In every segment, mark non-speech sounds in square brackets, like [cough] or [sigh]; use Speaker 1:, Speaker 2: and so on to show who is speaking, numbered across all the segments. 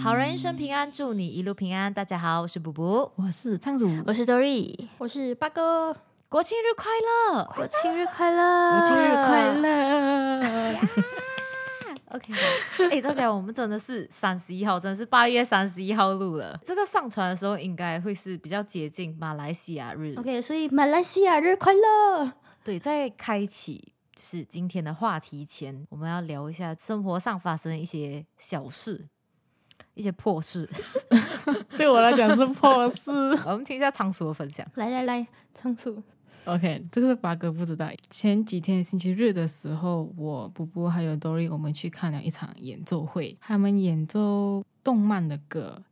Speaker 1: 好人一生平安，祝你一路平安。大家好，我是卜卜，
Speaker 2: 我是仓鼠，
Speaker 3: 我是 Dory，
Speaker 4: 我是八哥。
Speaker 1: 国庆日快乐！
Speaker 3: 国庆日快乐！
Speaker 2: 国庆日快
Speaker 3: 啊
Speaker 2: 乐！
Speaker 1: OK，哎、 [laughs] 欸，大家，我们真的是三十一号，真的是八月三十一号录了。这个上传的时候应该会是比较接近马来西亚日。
Speaker 4: OK，所以马来西亚日快乐！
Speaker 1: 对，在开启就是今天的话题前，我们要聊一下生活上发生的一些小事，一些破事。
Speaker 2: [laughs] 对我来讲是破事。
Speaker 1: 我们听一下仓鼠的分享。
Speaker 4: 来来来，仓鼠，
Speaker 2: OK，这个是八哥不知道。前几天星期日的时候，我布布还有 Dory 我们去看了一场演奏会，他们演奏动漫的歌，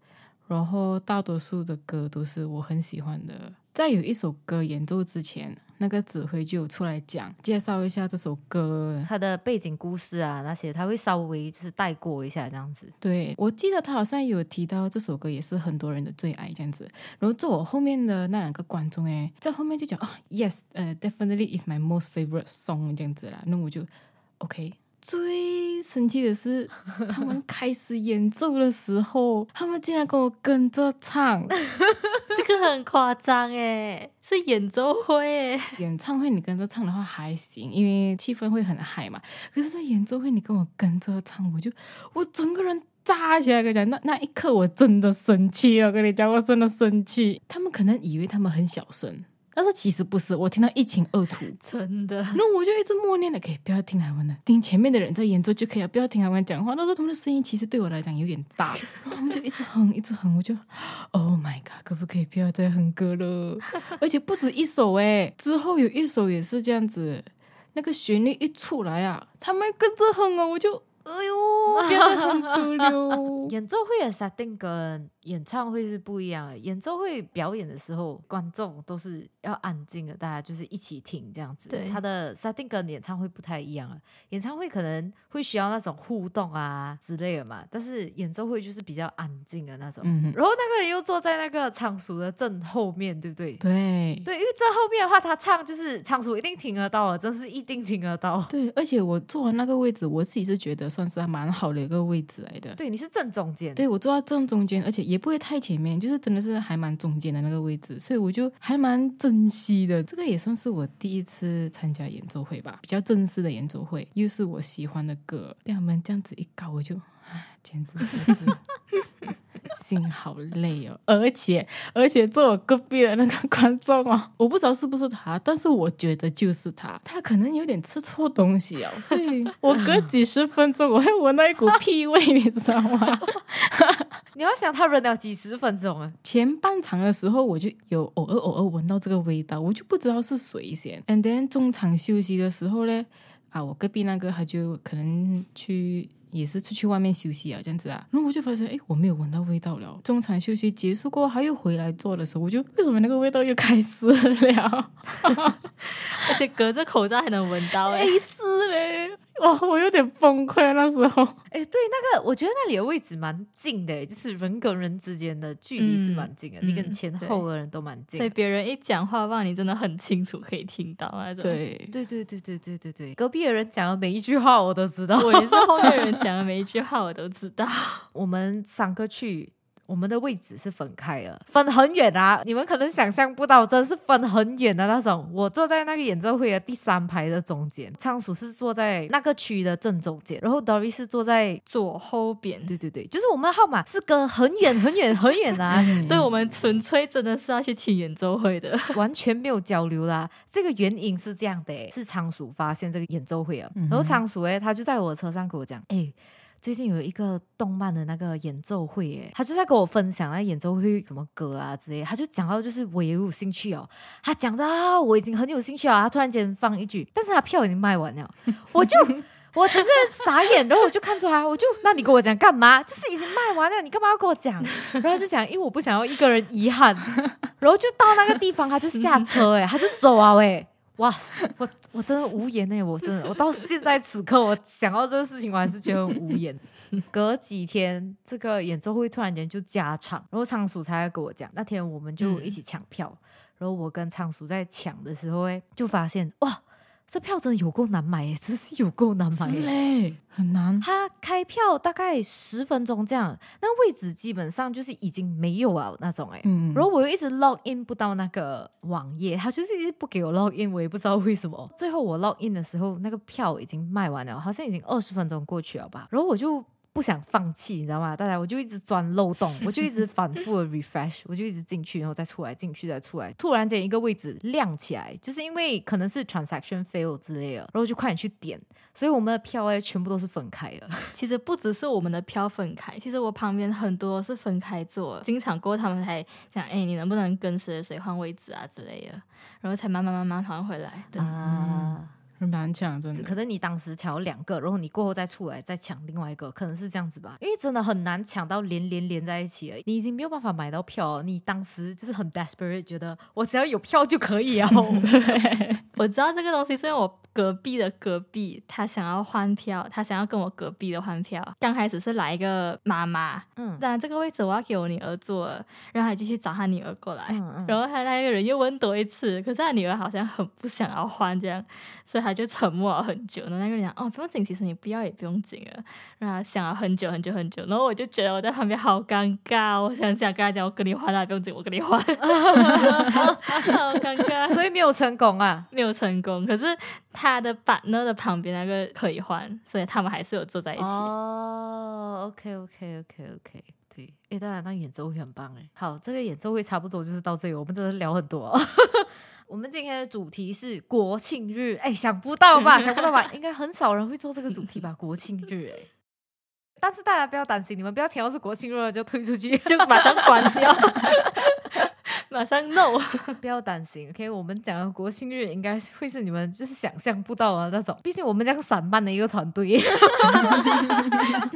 Speaker 2: 然后大多数的歌都是我很喜欢的。在有一首歌演奏之前，那个指挥就有出来讲，介绍一下这首歌。
Speaker 1: 它的背景故事啊，那些他会稍微就是带过一下这样子。。
Speaker 2: 对，我记得他好像有提到这首歌也是很多人的最爱这样子。然后坐我后面的那两个观众哎，在后面就讲啊、y e s 呃、d e f i n i t e l y is my most favorite song 这样子啦。那我就 OK。最生气的是，他们开始演奏的时候，他们竟然跟我跟着唱。
Speaker 3: [laughs] 这个很夸张哎，是演奏会哎，
Speaker 2: [laughs] 演唱会你跟着唱的话还行，因为气氛会很嗨嘛。可是，在演奏会你跟我跟着唱，我就我整个人炸起来，跟你讲，那那一刻我真的生气了，我跟你讲，我真的生气。他们可能以为他们很小声，但是其实不是，我听到一清二楚。
Speaker 3: 真的。
Speaker 2: 那我就一直默念的，可以不要听他们的，听前面的人在演奏就可以啊了，不要听他们讲话。但是他们的声音其实对我来讲有点大，然后他们就一直哼，一直哼，我就 Oh my god，可不可以不要再哼歌了？而且不止一首诶，之后有一首也是这样子，那个旋律一出来啊，他们跟着哼哦，我就哎呦，不要再哼歌了
Speaker 1: 演奏会的 setting 跟演唱会是不一样的。演奏会表演的时候，观众都是要安静的，大家就是一起听这样子。
Speaker 4: 对
Speaker 1: 它的 setting 跟演唱会不太一样啊。演唱会可能会需要那种互动啊之类的嘛，但是演奏会就是比较安静的那种。
Speaker 2: 嗯，
Speaker 1: 然后那个人又坐在那个仓鼠的正后面，对不对？
Speaker 2: 对。
Speaker 1: 对，因为这后面的话，他唱就是仓鼠一定听得到的，真是一定听得到。
Speaker 2: 对，而且我坐完那个位置，我自己是觉得算是还蛮好的一个位置来的。
Speaker 1: 对，你是正中间。
Speaker 2: 对我坐到正中间，而且也不会太前面，就是真的是还蛮中间的那个位置，所以我就还蛮珍惜的。这个也算是我第一次参加演奏会吧，比较正式的演奏会，又是我喜欢的歌，被他们这样子一搞，我就唉，简直就是 [laughs] 心好累哦。而且而且坐我隔壁的那个观众哦，我不知道是不是他，但是我觉得就是他，他可能有点吃错东西哦，所以我隔几十分钟我会闻到一股 [laughs] 屁味，你知道吗？
Speaker 1: 你要想，他忍了几十分钟啊。
Speaker 2: 前半场的时候，我就有偶尔偶尔闻到这个味道，我就不知道是谁先。And then 中场休息的时候呢，啊，我隔壁那个他就可能去也是出去外面休息啊，这样子啊。然后我就发现，哎，我没有闻到味道了。中场休息结束过后，他又回来做的时候，我就为什么那个味道又开始了？
Speaker 3: [laughs] 而且隔着口罩还能闻到哎、
Speaker 2: 是嘞，哇，我有点崩溃啊那时候。
Speaker 1: 哎，对，那个我觉得那里的位置蛮近的，就是人跟人之间的距离是蛮近的，
Speaker 2: 嗯
Speaker 1: 你跟前后的人都蛮近
Speaker 3: 所以
Speaker 1: 的。
Speaker 3: 别人一讲话，让你真的很清楚可以听到那种。，
Speaker 2: 对，
Speaker 1: 对对对对对对对，隔壁的人讲的每一句话我都知道。
Speaker 3: [laughs] 我也是后面人讲的每一句话我都知道。
Speaker 1: [laughs] 我们三个去，我们的位置是分开的，分很远啊！你们可能想象不到，真是分很远的那种。我坐在那个演奏会的第三排的中间，仓鼠是坐在那个区的正中间，然后 Dory 是坐在。
Speaker 3: 左后边，
Speaker 1: 对对对，就是我们的号码是隔很远很远很远的、啊，
Speaker 3: 嗯
Speaker 2: 嗯
Speaker 3: 对我们纯粹真的是要去听演奏会的。 [laughs]
Speaker 1: 完全没有交流啦。这个原因是这样的、欸，是仓鼠发现这个演奏会啊，然后仓鼠哎，他就在我车上跟我讲，哎、最近有一个动漫的那个演奏会、欸，他就在跟我分享那演奏会什么歌啊之类，他就讲到就是我也有兴趣哦，他讲到我已经很有兴趣了，啊他突然间放一句，但是他票已经卖完了，我就。我整个人傻眼，然后我就看出来，我就那你跟我讲干嘛？就是已经卖完了，你干嘛要跟我讲？然后他就讲，因为我不想要一个人遗憾，然后就到那个地方，他就下车、欸，哎，他就走啊、喂，哇，我我真的无言哎、我真的，我到现在此刻，我想到这个事情，我还是觉得很无言。隔几天，这个演奏会突然间就加场，然后仓鼠才跟我讲，那天我们就一起抢票，然后我跟仓鼠在抢的时候、欸，哎，就发现哇，这票真的有够难买耶，真是有够难买
Speaker 2: 是
Speaker 1: 耶。
Speaker 2: 嘞，很难。
Speaker 1: 他开票大概十分钟这样，那位置基本上就是已经没有了那种哎。
Speaker 2: 嗯，
Speaker 1: 然后我又一直 log in 不到那个网页，他就是一直不给我 log in，我也不知道为什么。最后我 log in 的时候，那个票已经卖完了，好像已经二十分钟过去了吧。然后我就不想放弃，你知道吗？大家我就一直钻漏洞，我就一直反复的 refresh，我就一直进去，然后再出来，进去再出来。突然间一个位置亮起来，就是因为可能是 transaction fail 之类的，然后我就快点去点。所以我们的票哎，全部都是分开的。
Speaker 3: 其实不只是我们的票分开，其实我旁边很多是分开坐，经常过后他们才讲，哎，你能不能跟谁谁换位置啊之类的，然后才慢慢慢慢还回来。对，
Speaker 1: 啊，
Speaker 2: 很难抢，真
Speaker 1: 可
Speaker 2: 的。
Speaker 1: 能你当时抢了两个，然后你过后再出来再抢另外一个，可能是这样子吧。因为真的很难抢到连连连在一起了，你已经没有办法买到票了。你当时就是很 desperate，觉得我只要有票就可以啊。
Speaker 2: 对，
Speaker 3: 我知道这个东西，是因为我隔壁的隔壁，他想要换票，他想要跟我隔壁的换票。刚开始是来一个妈妈，
Speaker 1: 嗯
Speaker 3: 当然这个位置我要给我女儿坐了，然后他继续找他女儿过来。
Speaker 1: 嗯嗯，
Speaker 3: 然后他那个人又问多一次，可是他女儿好像很不想要换这样，所以他就沉默了很久。然后那个人讲：“哦，不用紧，其实你不要也不用紧了。”然后他想了很久很久很久，然后我就觉得我在旁边好尴尬，我想想跟他讲：“我跟你换啊，不用紧，我跟你换。” [laughs] 好尴尬，
Speaker 1: 哎 [laughs] 所以没有成功啊。
Speaker 3: 没有成功。可是他的 partner 的旁边那个可以换，所以他们还是有坐在一起。
Speaker 1: 哦，OK OK OK OK，对，诶，当然那演奏会很棒诶。好，这个演奏会差不多就是到这里，我们真的聊很多、哦 [laughs] 我们今天的主题是国庆日，哎，想不到吧？想不到吧？应该很少人会做这个主题吧？国庆日，哎，但是大家不要担心，你们不要听到是国庆日了就退出去，
Speaker 3: 就马上关掉， [laughs] 马上 no。
Speaker 1: [laughs] 不要担心。OK，我们讲的国庆日应该会是你们就是想象不到的那种，毕竟我们这样散漫的一个团队。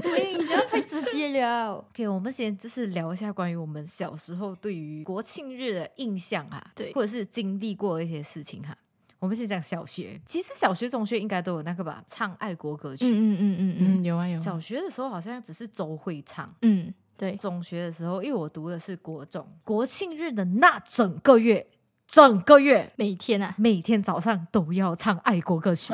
Speaker 4: 喂，你这样太直接了。
Speaker 1: OK，我们先就是聊一下关于我们小时候对于国庆日的印象哈、
Speaker 3: 对
Speaker 1: 或者是经历过的一些事情哈、我们先讲小学，其实小学、中学应该都有那个吧，唱爱国歌曲。
Speaker 3: 嗯嗯嗯嗯
Speaker 2: 嗯，有啊有啊。
Speaker 1: 小学的时候好像只是周会唱，
Speaker 3: 嗯，对，
Speaker 1: 中学的时候，因为我读的是国中，国庆日的那整个月，整个月。
Speaker 3: 每天啊，
Speaker 1: 每天早上都要唱爱国歌曲，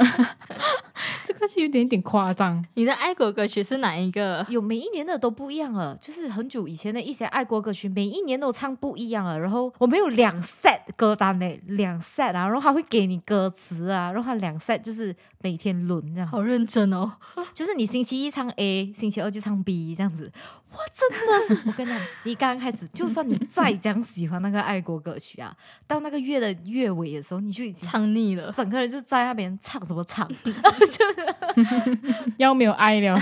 Speaker 2: 这个就有点点夸张， [laughs]
Speaker 3: 你的爱国歌曲是哪一个？
Speaker 1: 有每一年的都不一样了，就是很久以前的一些爱国歌曲，每一年都唱不一样了。然后我们有两 set 歌单呢，两 set 啊，然后他会给你歌词啊，然后他两 set 就是每天轮这样，
Speaker 3: 好认真哦，
Speaker 1: 就是你星期一唱 A，星期二就唱 B 这样子。哇，真的是我跟你讲，你刚刚开始，就算你再这样喜欢那个爱国歌曲啊，到那个月的月尾的时候，你就已经
Speaker 3: 唱腻了。
Speaker 1: 整个人就在那边唱什么
Speaker 3: [laughs]
Speaker 1: 唱，
Speaker 2: 要没有爱了。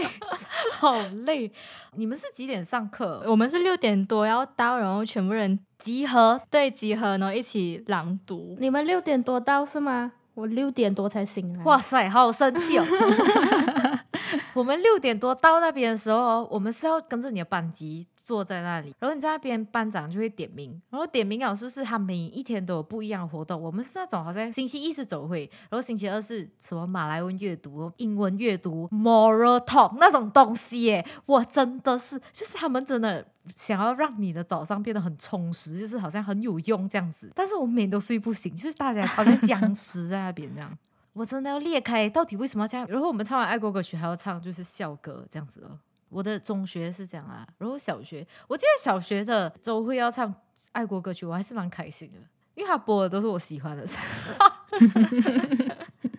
Speaker 2: [laughs]
Speaker 1: 好累。你们是几点上课？
Speaker 3: 我们是六点多要到，然后全部人
Speaker 1: 集合
Speaker 3: 对集合，然后一起朗读。
Speaker 4: 你们六点多到是吗？我六点多才醒来。
Speaker 1: 哇，塞，好生气哦！ [laughs] 我们六点多到那边的时候哦，我们是要跟着你的班级坐在那里，然后你在那边班长就会点名，然后点名老师是他每一天都有不一样的活动。我们是那种好像星期一是走会，然后星期二是什么马来文阅读、英文阅读、moral talk 那种东西耶，我真的是就是他们真的。想要让你的早上变得很充实，就是好像很有用这样子，但是我每天都睡不醒，就是大家好像僵尸在那边这样。我真的要裂开，到底为什么要这样？然后我们唱完爱国歌曲还要唱就是校歌这样子哦。我的中学是这样啊，然后小学，我记得小学的周会要唱爱国歌曲，我还是蛮开心的，因为他播的都是我喜欢的。 [laughs]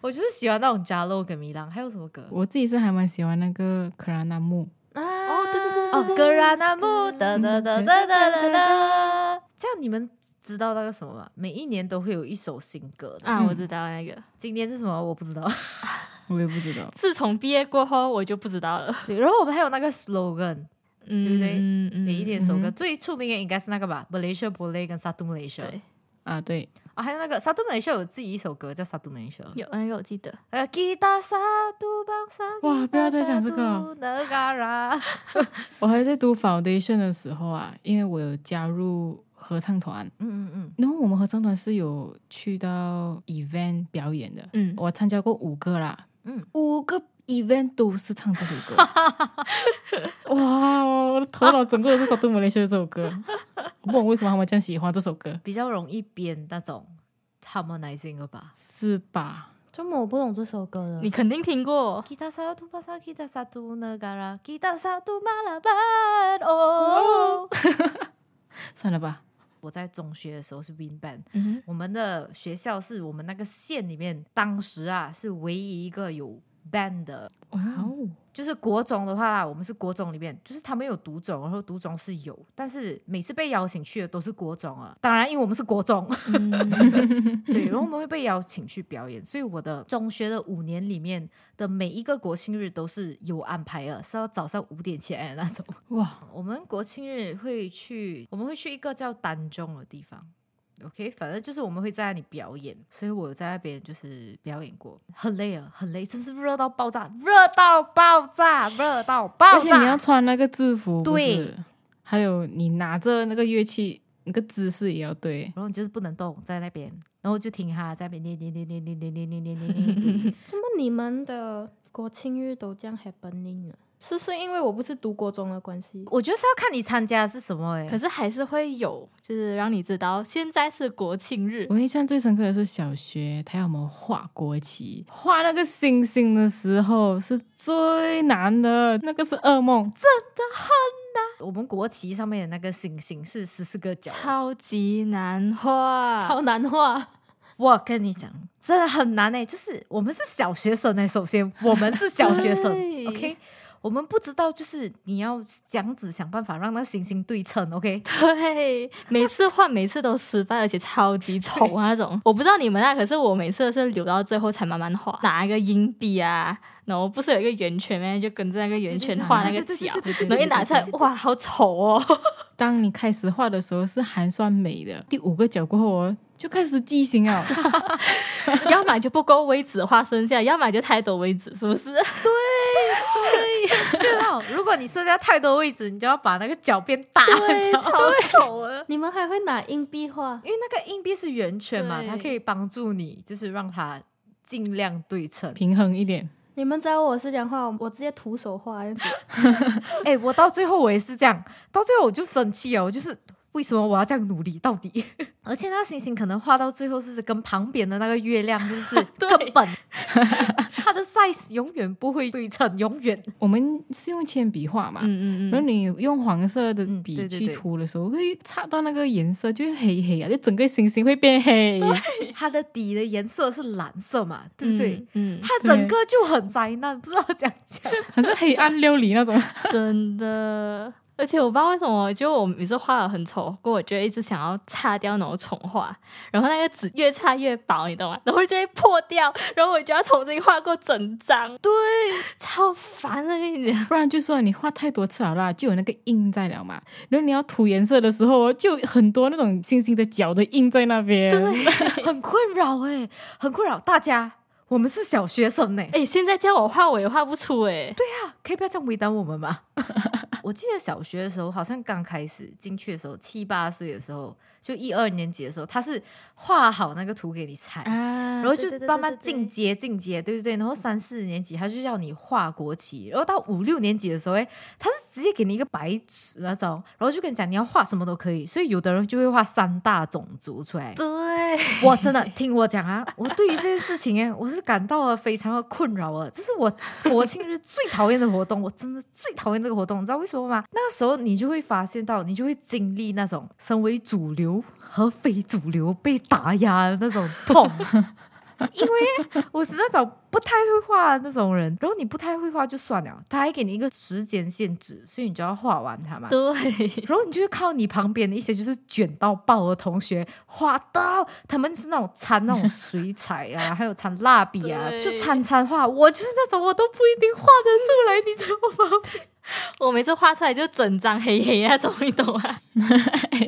Speaker 1: 我就是喜欢那种加洛跟米朗，还有什么歌？
Speaker 2: 我自己是还蛮喜欢那个克拉纳木，
Speaker 4: 啊！哦，对对对
Speaker 1: 哦，格拉纳木哒哒哒哒哒哒哒。这样你们知道那个什么吗？每一年都会有一首新歌的，
Speaker 3: 啊，
Speaker 2: 嗯
Speaker 3: 我知道那个。
Speaker 1: 今年是什么我不知道。 [laughs]
Speaker 2: 我也不知道。
Speaker 3: 自从毕业过后，我就不知道了，
Speaker 1: 对，然后我们还有那个 slogan，
Speaker 3: 嗯，
Speaker 1: 对不对
Speaker 3: 嗯嗯，
Speaker 1: 每一年首歌、
Speaker 2: 嗯哼
Speaker 1: 最出名的应该是那个吧，Malaysia b o l e 跟 Satu Malaysia
Speaker 3: 对。
Speaker 2: 啊，对，
Speaker 1: 啊，还有那个 Satu Malaysia 有自己一首歌叫 Satu Malaysia，
Speaker 3: 有那个我记得，
Speaker 1: 呃，Kita Satu Bangsa，
Speaker 2: 哇不要再讲这个
Speaker 1: Negara，
Speaker 2: 我还在读 foundation 的时候啊，因为我有加入合唱团，
Speaker 1: 嗯嗯嗯，
Speaker 2: 然后我们合唱团是有去到 event 表演的，
Speaker 3: 嗯
Speaker 2: 我参加过五个啦，
Speaker 1: 嗯
Speaker 2: 五个 event 都是唱这首
Speaker 1: [laughs]
Speaker 2: 歌，哇，我的头脑整个都是《小杜姆雷修》这首歌，我不懂为什么他们这样喜欢这首歌，
Speaker 1: 比较容易编那种 harmonizing 了吧？
Speaker 2: 是吧？
Speaker 4: 周末我不懂这首歌了。
Speaker 3: 你肯定听过。
Speaker 1: Kita satu pasal kita satu negara, kita satu malabar。哦，
Speaker 2: 算了吧，
Speaker 1: 我在中学的时候是 Win Band，
Speaker 3: 嗯
Speaker 1: 我们的学校是我们那个县里面，当时啊是唯一一个有 band 的。
Speaker 2: 哇哦，
Speaker 1: 就是国中的话啦，我们是国中里面，就是他们有独种，然后独种是有，但是每次被邀请去的都是国中啊。当然，因为我们是国中，
Speaker 3: 哼，
Speaker 1: 对，然后我们会被邀请去表演，所以我的中学的五年里面的每一个国庆日都是有安排的，是要早上五点起来的那种。
Speaker 2: 哇，
Speaker 1: 我们国庆日会去，我们会去一个叫丹中的地方。OK，反正就是我们会在那里表演，所以我有在那边就是表演过，很累啊，很累，真是热到爆炸，热到爆炸，热到爆炸。
Speaker 2: 而且你要穿那个制服，不
Speaker 1: 对
Speaker 2: 是，还有你拿着那个乐器，那个姿势也要对。
Speaker 1: 然后你就是不能动，在那边，然后就听他在那边念念念念念念念念念念念。 [laughs]
Speaker 4: 怎么你们的国庆日都这样 happening 啊？是不是因为我不是读国中的关系？
Speaker 1: 我觉得是要看你参加的是什么哎、
Speaker 3: [laughs] 可是还是会有，就是让你知道现在是国庆日。
Speaker 2: 我印象最深刻的是小学，他要我们画国旗，画那个星星的时候是最难的，那个是噩梦。
Speaker 1: 我们国旗上面的那个星星是十四个角的，
Speaker 3: 超级难画，
Speaker 4: 超难画，
Speaker 1: 我跟你讲，真的很难诶、就是我们是小学生诶、首先我们是小学生
Speaker 3: 对
Speaker 1: ，OK，我们不知道就是你要这样子想办法让那星星对称，OK，
Speaker 3: [laughs] 对，每次画每次都失败，而且超级丑那 [laughs] 种。我不知道你们啊，可是我每次都是留到最后才慢慢画，拿一个硬币啊，然后不是有一个圆圈吗？就跟着那个圆圈画那个角，然后一拿出来，哇，好丑哦！ [laughs]
Speaker 2: 当你开始画的时候是还算美的，第五个角过后哦就开始畸形啊， [laughs]
Speaker 3: 要么就不够微子画剩下，要么就太多微子，是不是？
Speaker 1: 对了，如果你剩下太多位置，你就要把那个角变大，你知道吗
Speaker 3: 超丑啊！
Speaker 4: 你们还会拿硬币画？
Speaker 1: 因为那个硬币是圆圈嘛，
Speaker 3: 对
Speaker 1: 它可以帮助你，就是让它尽量对称。
Speaker 2: 平衡一点。
Speaker 4: 你们找我是讲话，我直接徒手画这样子。
Speaker 1: [laughs] 哎、我到最后我也是这样，到最后我就生气哦，我就是为什么我要这样努力？到底？ [laughs] 而且那星星可能画到最后是跟旁边的那个月亮就是 [laughs]
Speaker 3: 对
Speaker 1: 根本，它的 size 永远不会对称，永 [laughs] 远。
Speaker 2: 我们是用铅笔画嘛，
Speaker 3: 嗯嗯
Speaker 2: 然后
Speaker 3: 嗯，
Speaker 2: 你用黄色的
Speaker 1: 嗯对
Speaker 2: 笔
Speaker 1: 对
Speaker 2: 去
Speaker 1: 对
Speaker 2: 涂的时候，会擦到那个颜色就会黑黑啊，就整个星星会变黑。
Speaker 1: 它的底的颜色是蓝色嘛，对不对？？
Speaker 3: 嗯，
Speaker 1: 它整个就很灾难，不知道怎样 [laughs] 讲。
Speaker 2: 好像黑暗料理
Speaker 1: [laughs]
Speaker 2: 那种。
Speaker 3: [laughs] 真的。而且我不知道为什么，就我每次画的很丑，过我就会一直想要擦掉，然后重画，然后那个纸越擦越薄，你懂吗？然后就会破掉，然后我就要重新画过整张， [laughs] 对，超烦的，跟你讲。
Speaker 2: 不然就说你画太多次好啦，就有那个印在了嘛。然后你要涂颜色的时候哦，就有很多那种星星的角的印在那边。 [laughs]
Speaker 1: 很困扰哎、很困扰大家。我们是小学生呢、
Speaker 3: 哎，现在叫我画，我也画不出 [laughs] 哎。对，
Speaker 1: 啊可以不要这样为难我们吗？ [laughs] 我记得小学的时候，好像刚开始进去的时候，七八岁的时候，就一二年级的时候，他是画好那个图给你猜，
Speaker 3: 啊
Speaker 1: 然后就慢慢进阶进阶，对不对？然后三四年级他就要你画国旗，然后到五六年级的时候，哎，他是直接给你一个白纸那种，然后就跟你讲你要画什么都可以，所以有的人就会画三大种族出来。
Speaker 3: 对，哎
Speaker 1: [laughs] 我真的听我讲啊，我对于这件事情 [laughs] 哎，我是感到了非常的困扰啊。这是我国庆日最讨厌的活动，我真的最讨厌这个活动，你知道为什么吗？那个时候你就会发现到，你就会经历那种身为主流和非主流被打压的那种痛。因为我是那种不太会画的那种人，然后你不太会画就算了，他还给你一个时间限制，所以你就要画完它嘛。
Speaker 3: 对，
Speaker 1: 然后你就会靠你旁边的一些就是卷到爆的同学，画到他们是那种掺那种水彩啊，还有掺蜡笔啊，
Speaker 3: 对
Speaker 1: 就掺掺画。我就是那种我都不一定画得出来，你知道吗？
Speaker 3: 我每次画出来就整张黑黑那种，你懂吗？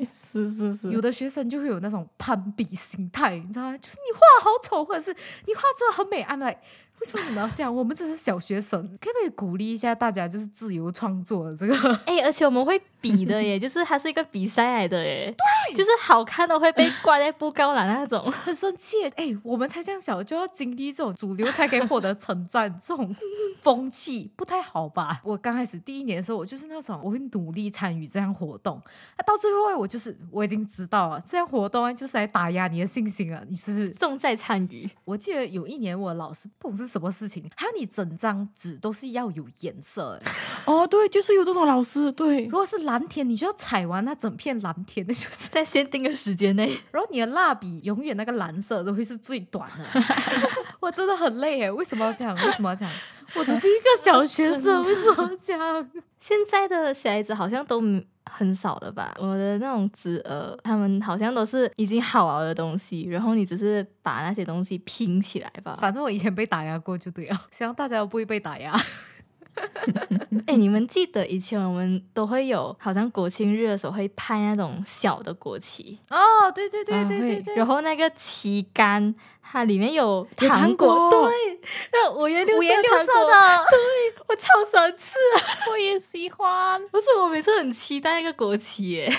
Speaker 2: 是是是，
Speaker 1: 有的学生就会有那种攀比心态，你知道吗？就是你画好丑，或者是你画真的很美，I'm like。为什么你们要这样？我们只是小学生，可不可以鼓励一下大家，就是自由创作的这个？
Speaker 3: 哎，而且我们会比的 [laughs] 耶，就是它是一个比赛来的耶，对，就是好看的会被挂在布告栏那种。 [laughs]
Speaker 1: 很生气耶。哎、我们才这样小就要经历这种主流才可以获得称赞，这种风气不太好吧？ [laughs] 我刚开始第一年的时候，我就是那种我会努力参与这样活动，那到最后我就是我已经知道了，这样活动啊就是来打压你的信心啊，你就是
Speaker 3: 重在参与，
Speaker 1: 我记得有一年我老师不懂是什么事情，还有你整张纸都是要有颜色耶，
Speaker 2: 哦，对，就是有这种老师，对
Speaker 1: 如，果是蓝天，你就要踩完那整片蓝天，那就是。
Speaker 3: 在限定的时间内，
Speaker 1: 然后你的蜡笔永远那个蓝色都会是最短 [laughs] 的，我真的很累哎，为什么要这样？为什么要这样？ [laughs] 我只是一个小学
Speaker 3: [laughs]
Speaker 1: 生，为什么要这样？
Speaker 3: 现在的小孩子好像都很少了吧？我的那种侄儿，他们好像都是已经好熬的东西，然后你只是把那些东西拼起来吧。
Speaker 1: 反正我以前被打压过就对了，希望大家都不会被打压。
Speaker 3: 哎、你们记得以前我们都会有，好像国庆日的时候会拍那种小的国旗，
Speaker 1: 哦，对对对
Speaker 2: 啊
Speaker 1: 对对
Speaker 2: 会
Speaker 1: 对，
Speaker 3: 然后那个旗杆它里面有
Speaker 2: 有糖
Speaker 3: 果，
Speaker 2: 果
Speaker 3: 对，那五颜六
Speaker 1: 五颜六
Speaker 3: 糖
Speaker 1: 色
Speaker 3: 果，
Speaker 1: 的，
Speaker 3: 我超想吃啊！
Speaker 2: 我也喜欢。
Speaker 3: 不是，我每次很期待那个国旗耶，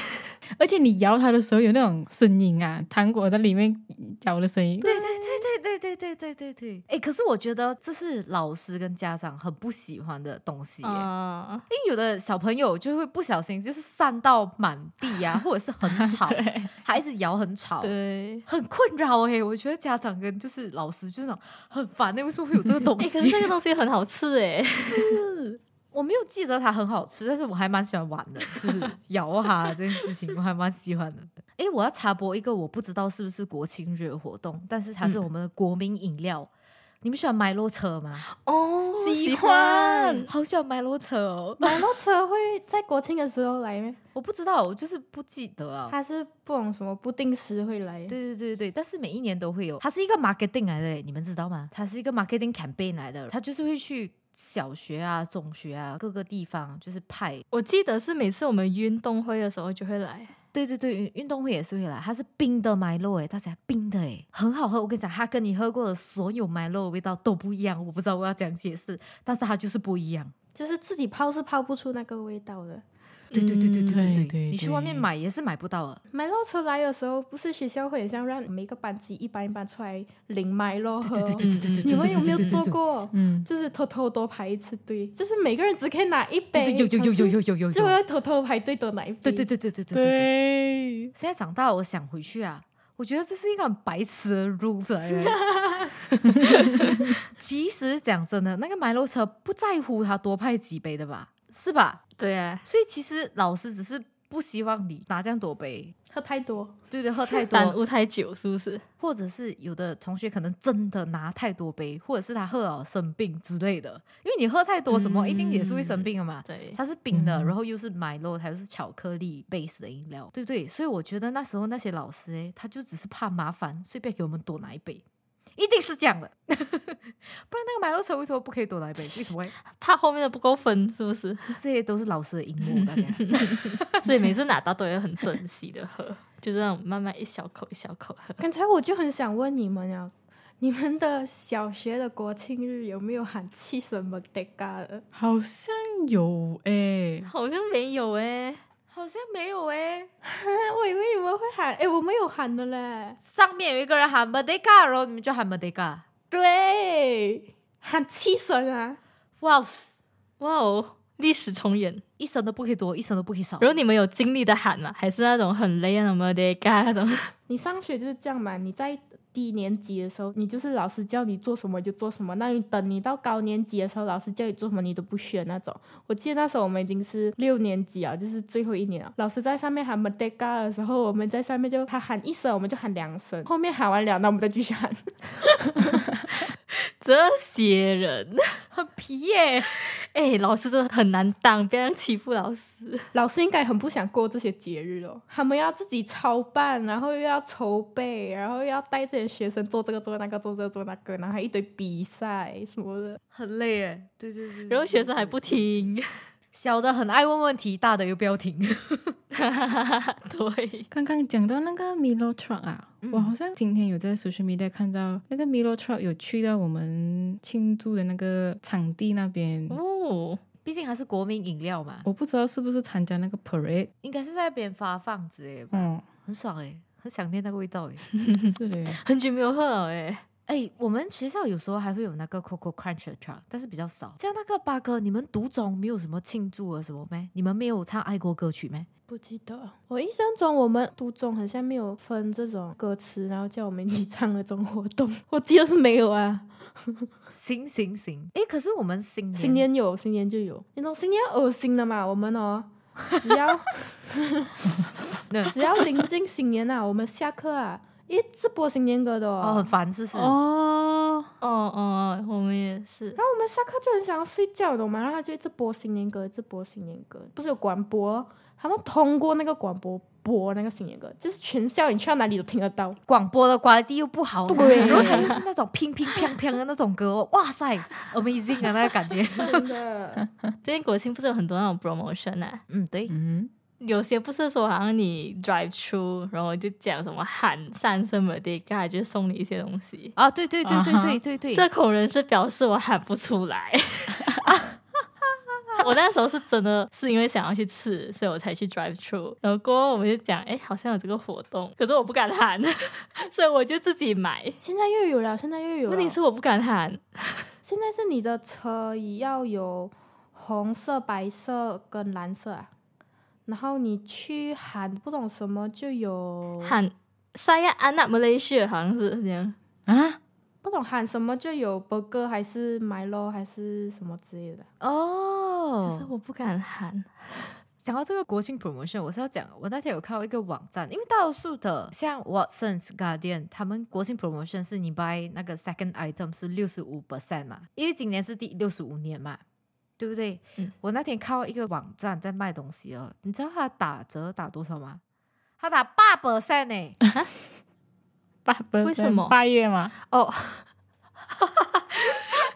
Speaker 2: 而且你摇它的时候有那种声音啊，糖果在里面摇的声音。
Speaker 1: 对对对对对对对对对对。哎，可是我觉得这是老师跟家长很不喜欢的东西耶。
Speaker 3: 嗯，
Speaker 1: 因为有的小朋友就会不小心就是散到满地 [laughs] 呀、啊，或者是很吵，
Speaker 2: 对，
Speaker 1: 孩子摇很吵，
Speaker 3: 对。
Speaker 1: 很困扰哎、我觉得家长跟就是老师就是那种很烦哎、为什么会有这个
Speaker 3: [laughs]
Speaker 1: 东
Speaker 3: 哎、
Speaker 1: 西？
Speaker 3: 可是那个东西很好吃哎，
Speaker 1: 我没有记得它很好吃，但是我还蛮喜欢
Speaker 3: [laughs]
Speaker 1: 玩的，就是摇它这件事情，我还蛮喜欢的。哎、我要插播一个我不知道是不是国庆日活动，但是它是
Speaker 3: 嗯
Speaker 1: 我们的国民饮料。你们喜欢 Milo 车吗？
Speaker 3: [laughs] [laughs] 哦
Speaker 2: 喜欢
Speaker 1: 好喜欢 Milo 车
Speaker 3: [laughs]
Speaker 1: 哦！
Speaker 4: 马路车会在国庆的时候来咩？
Speaker 1: 我不知道，我就是不记得啊。
Speaker 4: 它是不懂什么不定时会来。
Speaker 1: 对对对对，但是每一年都会有，它是一个 marketing 来的，你们知道吗？它是一个 marketing campaign 来的，它就是会去小学啊、中学啊各个地方，就是派。
Speaker 3: 我记得是每次我们运动会的时候就会来，
Speaker 1: 对对对，运运动会也是会来，它是冰的 Milo 哎，大家冰的哎，很好喝。我跟你讲，它跟你喝过的所有 Milo 的味道都不一样，我不知道我要怎样解释，但是它就是不一样。
Speaker 4: 就是自己泡是泡不出那个味道的。
Speaker 1: 对对对对对
Speaker 2: 对
Speaker 1: 对
Speaker 2: 对
Speaker 1: 你去外面
Speaker 2: 对
Speaker 1: 买也是买不到的。
Speaker 4: 买到车来的时候，不是学校会很像让每个班级一班一班出来领买咯喝。
Speaker 2: 对对对
Speaker 4: 你们有没有做？过？
Speaker 2: 嗯，
Speaker 4: 就是偷偷多排一次队，就是每个人只可以拿一
Speaker 1: 对
Speaker 4: 杯，
Speaker 1: 对，有有有有有有有有。
Speaker 4: 就会偷偷排队多拿一杯。
Speaker 1: 对对对对对对对。
Speaker 2: 对，
Speaker 1: 现在长大了，我想回去啊，我觉得这是一个很白痴的 rule 来
Speaker 3: [laughs]
Speaker 1: 的。其实讲真的，那个买楼车不在乎他多派几杯的吧，是吧？
Speaker 3: 对啊，
Speaker 1: 所以其实老师只是不希望你拿这样多杯，
Speaker 4: 喝太多，
Speaker 1: 对对，喝太
Speaker 3: 耽
Speaker 1: 多，
Speaker 3: 误太久是不是？
Speaker 1: 或者是有的同学可能真的拿太多杯，或者是他喝了生病之类的，因为你喝太多什么，
Speaker 3: 嗯
Speaker 1: 一定也是会生病的嘛。
Speaker 3: 对，
Speaker 1: 它是冰的，
Speaker 2: 嗯
Speaker 1: 然后又是 Milo，它又是巧克力 base 的饮料，对不对？所以我觉得那时候那些老师诶，他就只是怕麻烦，所以不要给我们多拿一杯，一定是这样的。 [laughs] 不然那个 Milo 车为什么不可以多拿一杯？为什么会？
Speaker 3: 怕后面的不够分是不 [laughs] 是？
Speaker 1: 这些都是老师的阴谋，大家。
Speaker 3: 所以每次拿到都要很珍惜的 [laughs] 喝，就这样慢慢一小口一小口喝。
Speaker 4: 刚才我就很想问你们啊，你们的小学的国庆日有没有喊气什么的嘎的？
Speaker 2: 好像有诶，
Speaker 3: 好像没有诶、
Speaker 1: [laughs] 好像没有欸诶，
Speaker 4: 我以啊为你们会喊，哎，我没有喊的嘞。
Speaker 1: 上面有一个人喊 Madega，然后你们就喊 Madega。
Speaker 4: 对，喊气声啊！
Speaker 1: 哇，
Speaker 3: 哇哦，历史重演。
Speaker 1: 一声都不可以多，一声都不可以少。
Speaker 3: 然后你们有经历的喊吗？还是那种很累啊什么的嘎那种？
Speaker 4: 你上学就是这样嘛，你在低年级的时候，你就是老师叫你做什么就做什么，那你等你到高年级的时候，老师叫你做什么你都不学那种。我记得那时候我们已经是六年级啊，就是最后一年了。老师在上面喊 m a d e g a 的时候，我们在上面就他喊一声，我们就喊两声，后面喊完了，那我们再继续喊。
Speaker 3: 这些 [laughs] 人，
Speaker 1: 很皮耶、
Speaker 3: 哎，老师真的很难当，不要欺负老师。
Speaker 4: 老师应该很不想过这些节日哦，他们要自己操办，然后又要筹备，然后又要带这些学生做这个做那个做这个做那个，然后还一堆比赛什么的。
Speaker 1: 很累耶、对对对
Speaker 3: 然后学生还不，听，
Speaker 1: 小的很爱问问题，大的又不要听。
Speaker 3: [laughs] 对，
Speaker 2: 刚刚讲到那个 Milo Truck 啊，我好像今天有在 social media 看到那个 Milo Truck 有去到我们庆祝的那个场地那边。
Speaker 3: 哦，
Speaker 1: [laughs] 毕竟还是国民饮料嘛，
Speaker 2: 我不知道是不是参加那个 parade，
Speaker 1: 应该是在那边发放之类的吧，
Speaker 2: 嗯，
Speaker 1: 很爽哎、很想念那个味道 [laughs] 哎、
Speaker 2: 是的，
Speaker 3: 很久没有喝了哎、
Speaker 1: 哎、我们学校有时候还会有那个 Coco Crunch c h a 但是比较少。像那个八哥，你们独中没有什么庆祝啊什么咩？你们没有唱爱国歌曲咩？
Speaker 4: 不记得。我印象中我们读中好像没有分这种歌词，然后叫我们一起唱那种活动， [laughs] 我记得是没有啊。
Speaker 1: 行行行，哎、可是我们新年
Speaker 4: 新年有，新年就有。你懂新年恶心的嘛？我们哦，只要
Speaker 1: [laughs] 那
Speaker 4: 只要临近新年啊，我们下课啊，一直播新年歌的
Speaker 1: 哦很
Speaker 4: 哦。
Speaker 1: 烦，是不是？
Speaker 2: 哦，
Speaker 3: 哦哦，我们也是。
Speaker 4: 然后我们下课就很想要睡觉，懂吗？然后他就一直播新年歌，一直播新年歌，不是有广播，他们通过那个广播播那个新年歌，就是全校你去到哪里都听得到。
Speaker 1: 广播的 quality 又不好，
Speaker 4: 对
Speaker 1: 然后它又是那种乒乒乓乓的那种歌哦，哇塞，amazing 啊那个感 [laughs] 觉。
Speaker 4: 真的，
Speaker 3: 最近国庆不是有很多那种 promotion 啊，
Speaker 1: 嗯，对，
Speaker 2: 嗯，
Speaker 3: 有些不是说好像你 drive through，然后就讲什么喊三声 m e d i c a 就送你一些东西。
Speaker 1: 啊，对对对对
Speaker 2: 啊哈
Speaker 1: 对对对，
Speaker 3: 社恐人士表示我喊不出来。 [laughs] 我那时候是真的是因为想要去吃，所以我才去 drive through。然后过后我们就讲，哎，好像有这个活动，可是我不敢喊， [laughs] 所以我就自己买。
Speaker 4: [laughs] 现在又有了，现在又
Speaker 1: 啊
Speaker 4: 有了。
Speaker 3: 问题是我不敢喊，
Speaker 4: 现在是你的车也要有红色、白色跟蓝色啊，然后你去喊不懂什么就有
Speaker 1: 嗯
Speaker 3: 喊啊 Saya anak Malaysia 好像是这样。
Speaker 2: 啊，
Speaker 4: 不懂喊什么就有 burger 还是 Milo 还是什么之类的。
Speaker 3: 可是
Speaker 1: 哦。
Speaker 3: 我不敢喊，
Speaker 1: 讲到这个国庆 promotion，我是要讲，我那天有看到一个网站，因为大多数的像 Watsons、Guardian，他们国庆 promotion 是你 buy 那个 second item 是六十五 percent 嘛，因为今年是第六十五年嘛，对不对？
Speaker 3: 嗯
Speaker 1: 我那天看到一个网站在卖东西哦，你知道它打折打多少吗？它打八 percent 欸呢，
Speaker 2: 八
Speaker 3: 为什么
Speaker 2: 八月嘛，
Speaker 3: 哦。 [laughs]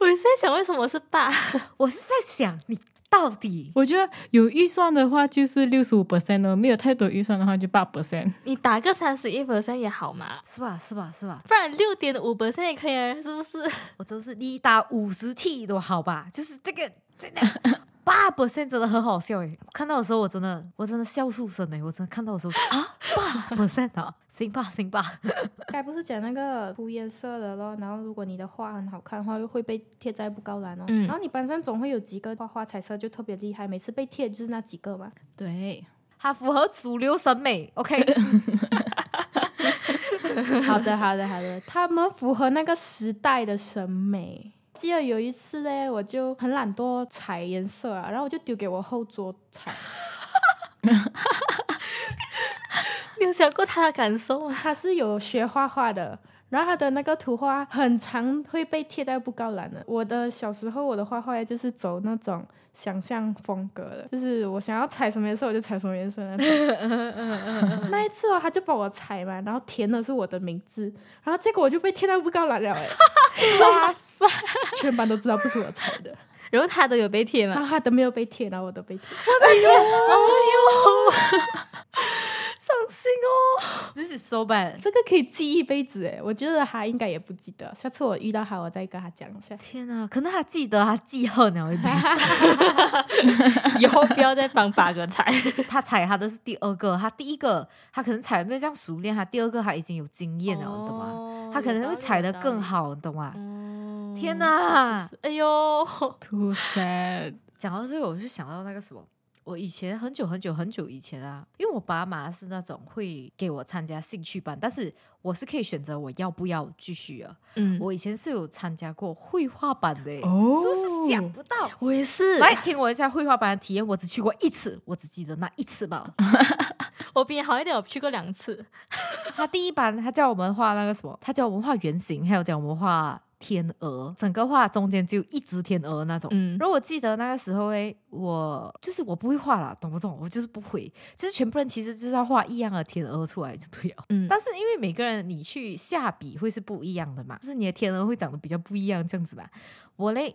Speaker 3: 我是在想，为什么是爸？
Speaker 1: 我是在想你到底
Speaker 2: 我觉得有预算的话就是六十五 percent 哦，没有太多预算的话就八 percent。
Speaker 3: 你打个三十一 percent 也好嘛，
Speaker 1: 是吧是吧是吧？
Speaker 3: 不然六点五 percent 也可以啊，是不是？
Speaker 1: 我真是你打五十 T 多好吧？就是这个真的
Speaker 3: [laughs]
Speaker 1: 八 percent 真的很好笑诶！我看到的时候我真的我真的笑出声诶！我真的看到的时候 [gasps] 啊八 percent 啊，行吧行吧，
Speaker 4: [laughs] 该不是讲那个涂颜色的咯，然后如果你的画很好看的话，又会被贴在布告栏哦。
Speaker 3: 嗯
Speaker 4: 然后你班上总会有几个画画彩色就特别厉害，每次被贴就是那几个嘛。
Speaker 2: 对，
Speaker 1: 它符合主流审美，OK？
Speaker 3: [laughs]
Speaker 4: 好的，好的，好的，他们符合那个时代的审美。记得有一次嘞，我就很懒惰踩颜色啊，然后我就丢给我后桌踩，
Speaker 3: [laughs] 你有想过他的感受啊吗？
Speaker 4: 他是有学画画的，然后他的那个图画很常会被贴在布告栏的。我的小时候，我的画画就是走那种想象风格的，就是我想要踩什么颜色我就踩什么颜色那种。那一次哦，他就帮我踩嘛，然后填的是我的名字，然后结果我就被贴在布告栏了，哎，
Speaker 3: 哇塞！
Speaker 4: 全班都知道不是我踩的。
Speaker 3: 然后他都有被贴
Speaker 4: 然
Speaker 3: [laughs] 嘛？
Speaker 4: 后他的没有被贴，然后我的被贴。
Speaker 1: 哎
Speaker 3: 伤心哦！
Speaker 1: This is so bad！
Speaker 4: 这个可以记一辈子哎，我觉得他应该也不记得。下次我遇到他，我再跟他讲一下。
Speaker 1: 天啊，可能他记得他记恨了一辈
Speaker 3: [laughs]
Speaker 1: 子，
Speaker 3: [laughs] 以后不要再帮八哥踩。
Speaker 1: 他踩他的是第二个，他第一个他可能踩没有这样熟练，他第二个他已经有经验了，你懂吗？
Speaker 3: 哦
Speaker 1: 他可能会踩得更。好，你懂吗？
Speaker 3: 嗯
Speaker 1: 天啊哪
Speaker 3: 是是是哎呦，
Speaker 2: ，too sad。
Speaker 1: 讲到这个，我就想到那个什么，我以前很久很久很久以前啊，因为我爸妈是那种会给我参加兴趣班，但是我是可以选择我要不要继续啊。
Speaker 3: 嗯，我
Speaker 1: 我以前是有参加过绘画班的、欸，
Speaker 2: 哦
Speaker 1: 是不是想不到？
Speaker 3: 我也是。
Speaker 1: 来听我一下绘画班的体验，我只去过一次，我只记得那一次
Speaker 3: [laughs]
Speaker 1: 吧。
Speaker 3: 我比你好一点，我去过两次。
Speaker 1: 他第一班他叫我们画那个什么，他叫我们画圆形，还有叫我们画天鹅，整个画中间只有一只天鹅那种。
Speaker 3: 嗯
Speaker 1: 然后我记得那个时候诶，我就是我不会画啦，懂不懂？我就是不会，就是全部人其实就是要画一样的天鹅出来就对了。
Speaker 3: 嗯
Speaker 1: 但是因为每个人你去下笔会是不一样的嘛，就是你的天鹅会长得比较不一样这样子吧。我嘞，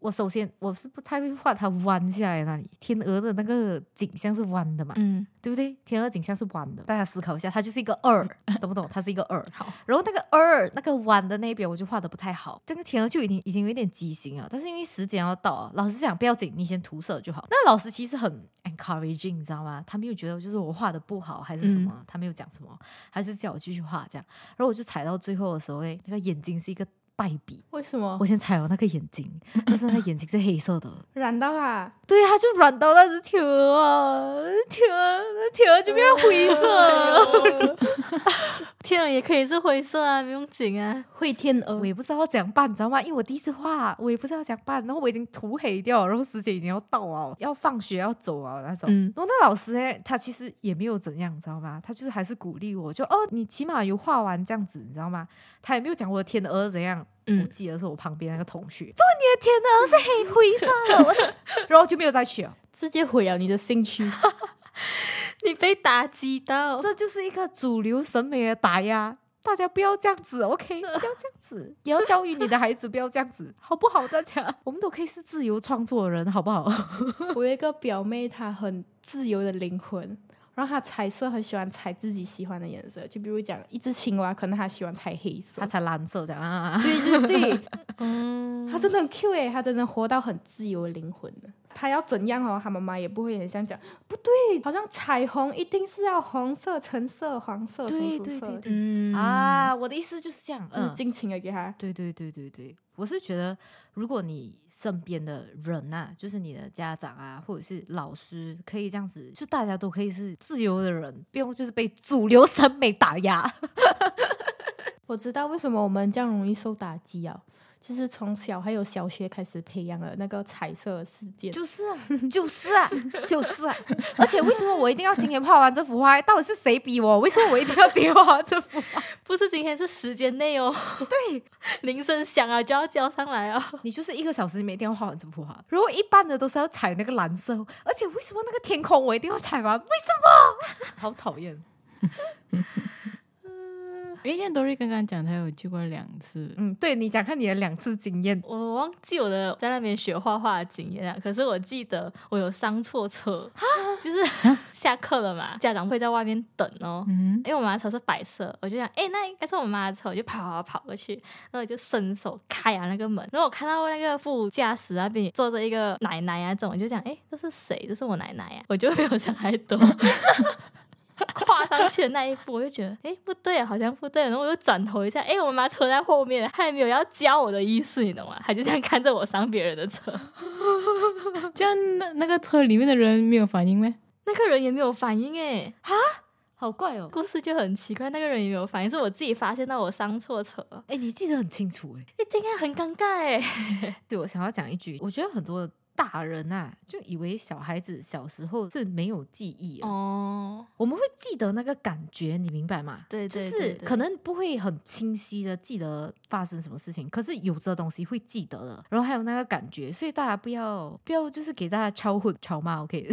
Speaker 1: 我首先我是不太会画它弯下来那里，天鹅的那个景象是弯的嘛，
Speaker 3: 嗯，
Speaker 1: 对不对？天鹅景象是弯的，嗯大家思考一下，它就是一个二， [laughs] 懂不懂？它是一个二。
Speaker 3: 好，
Speaker 1: 然后那个二那个弯的那边我就画的不太好，这个天鹅就已经已经有点畸形了。但是因为时间要到啊，老师讲不要紧，你先涂色就好。那老师其实很 encouraging，你知道吗？他没有觉得就是我画的不好还是什么，他没有讲什么，他就叫我继续画这样。然后我就踩到最后的时候，哎，那个眼睛是一个败笔，
Speaker 4: 为什么
Speaker 1: 我先踩了那个眼 [laughs] 睛，但是那眼睛是黑色的，
Speaker 4: 染到啊？
Speaker 1: 对，它就染到那只天鹅啊，天鹅那天鹅就变成灰色了。
Speaker 3: 天鹅也可以是灰色啊，不用紧啊。
Speaker 4: [laughs] 会天鹅
Speaker 1: 我也不知道要怎样办，你知道吗？因为我第一次画，我也不知道怎样办，然后我已经涂黑掉了，然后时间已经要到啊，要放学要走啊那种。
Speaker 3: 嗯
Speaker 1: 然后那老师哎、他其实也没有怎样，你知道吗？他就是还是鼓励我，就哦，你起码有画完这样子，你知道吗？他也没有讲我的天鹅怎样。
Speaker 3: 嗯
Speaker 1: 我记得是我旁边那个同学，说你的天鹅是黑灰色的我的， [laughs] 然后就没有再去了。
Speaker 4: 直接毁了你的
Speaker 1: [laughs]
Speaker 4: 兴趣。
Speaker 3: 你被打击到，
Speaker 1: 这就是一个主流审美的打压。大家不要这样子，OK？不要 [laughs] 这样子，也要教育你的孩子不要这样子，好不好？大 [laughs] 家，我们都可以是自由创作人，好不好？
Speaker 4: 我有一个表妹，她很自由的灵魂，然后她彩色很喜欢彩自己喜欢的颜色，就比如讲一只青蛙，可能她喜欢彩黑色
Speaker 1: [laughs] [laughs] 他，才蓝色这样啊，
Speaker 4: 对对
Speaker 1: [laughs]
Speaker 4: 对，
Speaker 3: 嗯，
Speaker 4: 她真的很 Q 哎、她真的活到很自由的灵魂的。她要怎样哦，她妈妈也不会很想讲，不对，好像彩虹一定是要红色、橙色、黄色、什么
Speaker 1: 对
Speaker 4: 什么
Speaker 1: 对
Speaker 4: 色
Speaker 1: 对
Speaker 4: 的，
Speaker 1: 对、
Speaker 3: 嗯
Speaker 1: 啊！我的意思就是这样，
Speaker 4: 就是
Speaker 1: 嗯，
Speaker 4: 尽情的给她。
Speaker 1: 对对对对对，我是觉得，如果你身边的人呐、就是你的家长啊，或者是老师，可以这样子，就大家都可以是自由的人，不用就是被主流审美打压。
Speaker 4: 我知道为什么我们这样容易受打击啊，就是从小还有小学开始培养了那个彩色的世界，
Speaker 1: 就是啊， [laughs] 就是啊，就是啊！而且为什么我一定要今天画完这幅画？到底是谁逼我？为什么我一定要今天画完这幅画？
Speaker 3: 不是今天是时间内哦，
Speaker 1: [laughs]
Speaker 3: [laughs]
Speaker 1: 对
Speaker 3: 铃声响啊就要交上来哦。
Speaker 1: 你就是一个小时，你们一定要画完这幅画。如果一般的都是要踩那个蓝色，而且为什么那个天空我一定要踩完？为什么？ [laughs] 好讨厌！
Speaker 2: 因为像 Dory 刚刚讲，他有去过两次，
Speaker 1: 嗯，对你讲看你的两次经验，
Speaker 3: 我忘记我的在那边学画画的经验啊了，可是我记得我有上错车，就是下课了嘛，家长会在外面等哦。
Speaker 2: 嗯，
Speaker 3: 因为我妈的车是白色，我就想，哎、那应该是我妈的车，我就跑啊跑跑过去，然后我就伸手开啊那个门，然后我看到那个副驾驶那边也坐着一个奶奶啊，这种我就想，哎、这是谁？这是我奶奶呀、我就没有想太多，跨上去的那一步，我就觉得，哎、不对啊，好像不对，然后我就转头一下，哎、我妈车在后面，她也没有要教我的意思，你懂吗？她就这样看着我上别人的车， [laughs]
Speaker 2: 这样那那个车里面的人没有反应咩？
Speaker 3: 那个人也没有反应、诶。
Speaker 1: 好怪哦。
Speaker 3: 故事就很奇怪，那个人也没有反应，是我自己发现到我上错车，
Speaker 1: 哎，你记得很清楚哎。
Speaker 3: 一定啊，很尴尬哎、
Speaker 1: 对我想要讲一句，我觉得很多大人啊，就以为小孩子小时候是没有记忆的
Speaker 3: 哦，
Speaker 1: 我们会记得那个感觉，你明白吗？
Speaker 3: 对对
Speaker 1: 就
Speaker 3: 对
Speaker 1: 是
Speaker 3: 对
Speaker 1: 可能不会很清晰的记得发生什么事情，可是有这东西会记得的，然后还有那个感觉，所以大家不要不要就是给大家敲混敲骂，OK？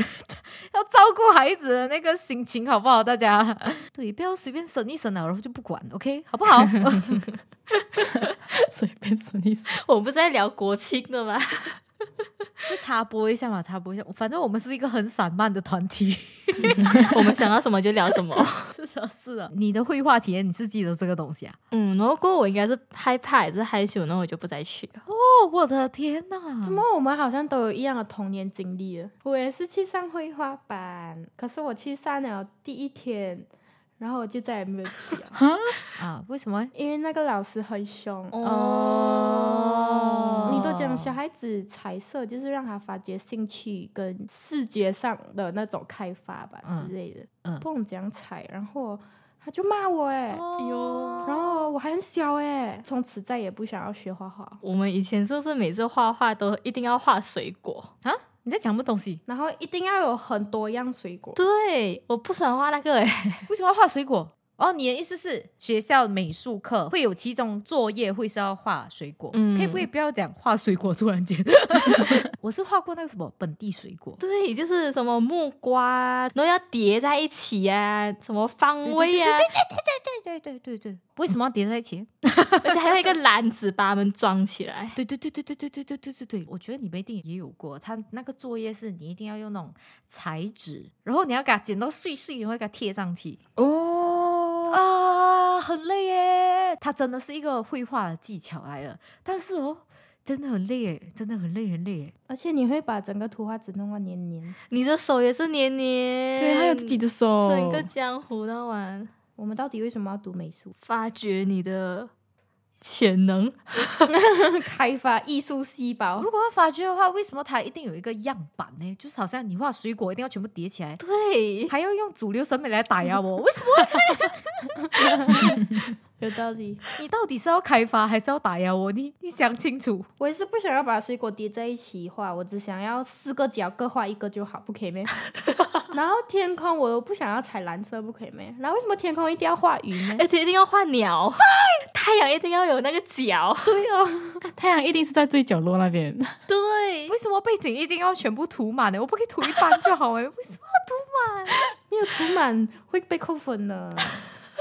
Speaker 1: 要照顾孩子的那个心情，好不好？大家 [laughs] 对，不要随便生一生了，然后就不管，OK？好不好？
Speaker 2: [laughs]
Speaker 1: [laughs]
Speaker 2: 随便说你死。
Speaker 3: [laughs] 我们不是在聊国庆的 [laughs] 吗？
Speaker 1: 就插播一下嘛，插播一下，反正我们是一个很散漫的团体。 [laughs]
Speaker 3: 我们想到什么就聊什么。
Speaker 1: 是的，是的，你的绘画体验你是记得这个东西啊？
Speaker 3: [laughs] 嗯，然后过后我应该是害怕也是害羞，然后我就不再去了。
Speaker 1: 哦，我的天哪！
Speaker 4: 怎么我们好像都有一样的童年经历了？我也是去上绘画班，可是我去上了第一天，然后我就再也没有去了，
Speaker 1: 啊？为什么？
Speaker 4: 因为那个老师很凶。
Speaker 3: 哦
Speaker 1: 哦
Speaker 4: 你都讲小孩子彩色，就是让他发掘兴趣跟视觉上的那种开发吧、
Speaker 1: 嗯
Speaker 4: 之类的，
Speaker 1: 嗯
Speaker 4: 不懂讲彩，然后他就骂我哎、
Speaker 1: 哎
Speaker 3: 哟
Speaker 4: 然后我还很小哎、从此再也不想要学画画。
Speaker 3: 我们以前是不是每次画画都一定要画水果？
Speaker 1: 啊，你在讲什么东西？
Speaker 4: 然后一定要有很多样水果，
Speaker 3: 对，我不喜欢画那个诶、欸
Speaker 1: 为什么要画水果？哦，你的意思是学校美术课会有其中作业会是要画水果，
Speaker 3: 嗯
Speaker 1: 可以不可以不要讲画水果？突然间， [laughs] 我是画过那个什么本地水果，
Speaker 3: [laughs] 对，就是什么木瓜，然后要叠在一起啊，什么方位啊，
Speaker 1: 对对对对，为什么要叠在一起？
Speaker 3: 而且还有一个篮子把它们装起来。
Speaker 1: 对对对对对对对对对对对，我觉得你们一定也有过，他那个作业是你一定要用那种彩纸，然后你要给它剪到碎碎，然后给它贴上去
Speaker 2: 哦，
Speaker 1: 啊，很累耶。它真的是一个绘画的技巧来了，但是哦，真的很累耶，真的很累很累耶。
Speaker 4: 而且你会把整个图画纸弄到黏黏。
Speaker 3: 你的手也是黏黏，
Speaker 2: 对，还有自己的手，
Speaker 3: 嗯整个江湖到玩，
Speaker 4: 我们到底为什么要读美术？ [laughs]
Speaker 3: 发掘你的潜能。
Speaker 4: 开发艺术细胞
Speaker 1: 如。果要发掘的话，为什么它一定有一个样板呢？就是好像你画水果一定要全部叠起来，
Speaker 3: 对，
Speaker 1: 还要用主流审美来打压我，为什么？
Speaker 4: [laughs] 有道理。
Speaker 1: 你到底是要开发还是要打压我？你你想清楚。
Speaker 4: 我也是不想要把水果叠在一起画，我只想要四个角各画一个就好，不可以咩？ [laughs] 然后天空我又不想要彩蓝色，不可以咩？然后为什么天空一定要画云呢？
Speaker 3: 而哎且一定要画鸟，太阳一定要有那个角，
Speaker 4: 对哦，
Speaker 2: 太阳一定是在最角落那边。 [laughs]
Speaker 3: 对，
Speaker 1: 为什么背景一定要全部涂满呢？我不可以涂一半就好 [laughs] 哎？为什么？
Speaker 4: 没有涂满会被扣分的。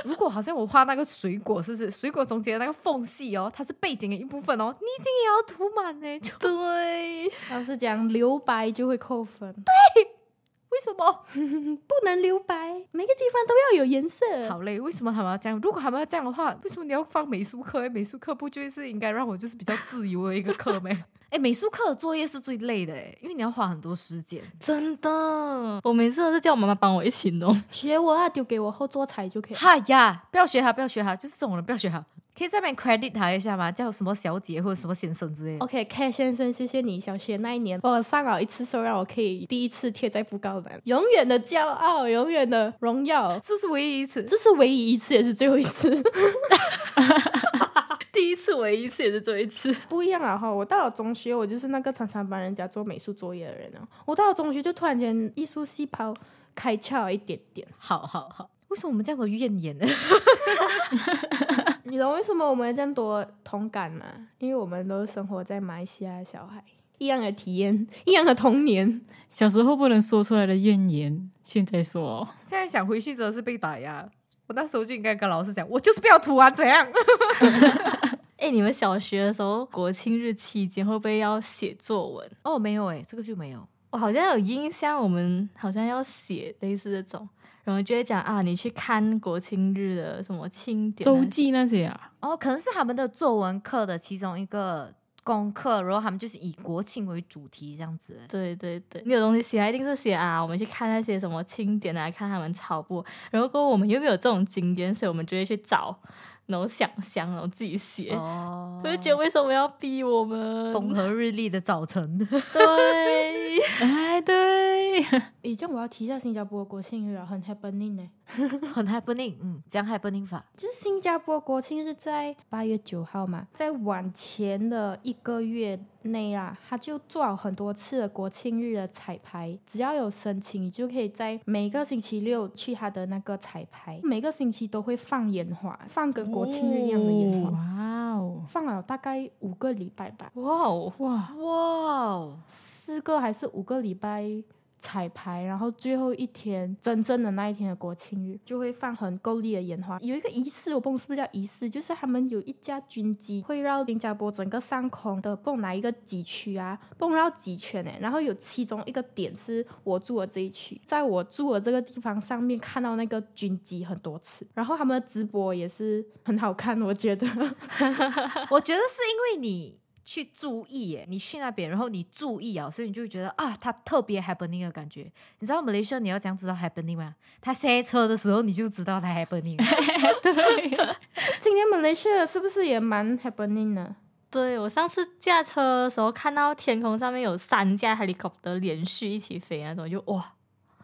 Speaker 1: 如果好像我画那个水果，是不是水果中间的那个缝隙哦，它是背景的一部分哦，你一定也要涂满呢？就
Speaker 3: 对，
Speaker 4: 老师讲留白就会扣分，
Speaker 1: 为什 [laughs] 么？
Speaker 4: [laughs] 不能留白，每个地方都要有颜色。
Speaker 1: 好累，为什么他们要这样？如果他们要这样的话，为什么你要放美术课？美术课不就是应该让我就是比较自由的一个 [laughs] 课吗？哎，美术课的作业是最累的哎，因为你要花很多时间。
Speaker 3: 真的，我每次都是叫我妈妈帮我一起弄， [laughs]
Speaker 4: 学我啊，丢给我后桌彩就可
Speaker 1: [laughs]
Speaker 4: 以。
Speaker 1: 哈呀，不要学他，不要学他，就是这种人不要学他。可以在那边 credit 他一下吗？叫什么小姐或者什么先生之类的。
Speaker 4: OK，K、先生，谢谢你。小学那一年，帮我上了一次手，让我可以第一次贴在布告栏，永远的骄傲，永远的荣耀。 [laughs]
Speaker 1: 这是唯一一次，
Speaker 4: 这是唯一一次，也是最后一 [laughs] 次，
Speaker 3: 第一次唯一一次也是这一次，
Speaker 4: 不一样了哈。我到了中学，我就是那个常常帮人家做美术作业的人啊。我到了中学，就突然间艺术细胞开窍了一点点。
Speaker 1: 好好好。为什么我们这样的怨言呢？ [laughs]
Speaker 4: 你懂为什么我们这样多同感吗？因为我们都是生活在马来西亚的小孩，一样的体验， [laughs] 一样的童年。
Speaker 2: 小时候不能说出来的怨言，现在说。
Speaker 1: 现在想回去真的是被打压。我那时候就应该跟老师讲，我就是不要涂啊，怎样？ [laughs]
Speaker 3: 哎，你们小学的时候，国庆日期间会不会要写作文？
Speaker 1: 哦，没有哎、这个就没有。
Speaker 3: 我好像有印象，我们好像要写类似这种，然后就会讲啊，你去看国庆日的什么庆典啊、
Speaker 2: 周记那些啊，
Speaker 1: 哦，可能是他们的作文课的其中一个功课，然后他们就是以国庆为主题这样子。
Speaker 3: 对对对，你有东西写啊，一定是写啊，我们去看那些什么庆典啊，看他们草布。然后过后我们又没有这种经验，所以我们就会去找，然后想象，然后自己写。
Speaker 1: 哦
Speaker 3: 我就觉得为什么要逼我们？
Speaker 1: 风和日丽的早晨。 [laughs]
Speaker 3: 对，
Speaker 2: 哎，对，
Speaker 4: 诶，这样我要提一下新加坡的国庆日啊，很 happening 呢、
Speaker 1: 很 happening，嗯，讲 happening 法，
Speaker 4: 就是新加坡国庆日在八月九号嘛，在往前的一个月内啦，他就做了很多次的国庆日的彩排，只要有申请，你就可以在每个星期六去他的那个彩排，每个星期都会放烟花，放跟国庆日一样的烟花，
Speaker 2: 哇哦，
Speaker 4: 放了大概五个礼拜吧，
Speaker 3: 哇哦，
Speaker 2: 哇，
Speaker 1: 哇哦，
Speaker 4: 四个还是五个礼拜彩排，然后最后一天真正的那一天的国庆日就会放很够力的烟花。有一个仪式，我不懂是不是叫仪式，就是他们有一架军机会绕新加坡整个上空的蹦哪一个几区啊，蹦绕几圈呢、然后有其中一个点是我住的这一区，在我住的这个地方上面看到那个军机很多次，然后他们的直播也是很好看，我觉得。
Speaker 1: 我觉得是因为你去注意耶，你去那边，然后你注意啊，所以你就会觉得啊，它特别 happening 的感觉。你知道 Malaysia 你要怎样知道 happening 吗？他塞车的时候你就知道它 happening 了。
Speaker 2: 对，
Speaker 4: [laughs] 今年 Malaysia 是不是也蛮 happening 呢？
Speaker 3: [laughs] 对我上次驾车的时候看到天空上面有三架 helicopter 连续一起飞那种，就哇，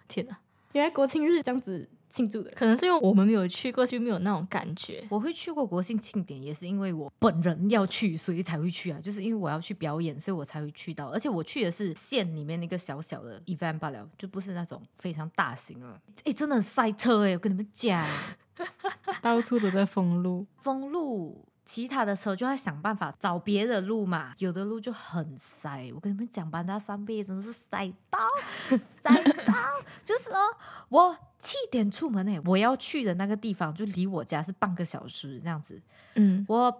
Speaker 3: 天哪！
Speaker 4: 原来国庆日这样子庆祝的。
Speaker 3: 可能是因为我们没有去过，就没有那种感觉。
Speaker 1: 我会去过国庆庆典，也是因为我本人要去，所以才会去啊。就是因为我要去表演，所以我才会去到。而且我去的是县里面那个小小的 event 罢了，就不是那种非常大型的。哎，真的很塞车哎、我跟你们讲，
Speaker 2: 到处都在封路。
Speaker 1: 封路。其他的车就要想办法找别的路嘛，有的路就很塞。我跟你们讲，班达三倍真的是塞 [laughs] 到塞到，就是哦，我七点出门诶、欸我要去的那个地方就离我家是半个小时这样子，
Speaker 3: 嗯，
Speaker 1: 我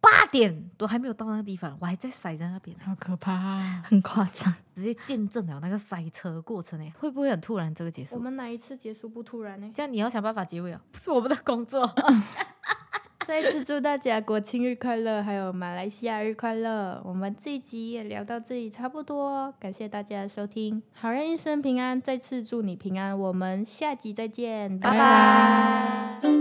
Speaker 1: 八点都还没有到那个地方，我还在塞在那边，
Speaker 2: 好可怕、啊！
Speaker 3: 很夸张。
Speaker 1: 直接见证了那个塞车过程诶，会不会很突然这个结
Speaker 4: 我
Speaker 1: 束？
Speaker 4: 们哪一次结束不突然呢？
Speaker 1: 这样你要想办法结尾啊，不是我们的工作。
Speaker 4: [laughs] 再次祝大家国庆日快乐，还有马来西亚日快乐。我们这一集也聊到这里差不多，感谢大家的收听，好人一生平安，再次祝你平安，我们下集再见，
Speaker 1: [laughs]
Speaker 4: 拜
Speaker 1: 拜
Speaker 4: 拜。
Speaker 1: 拜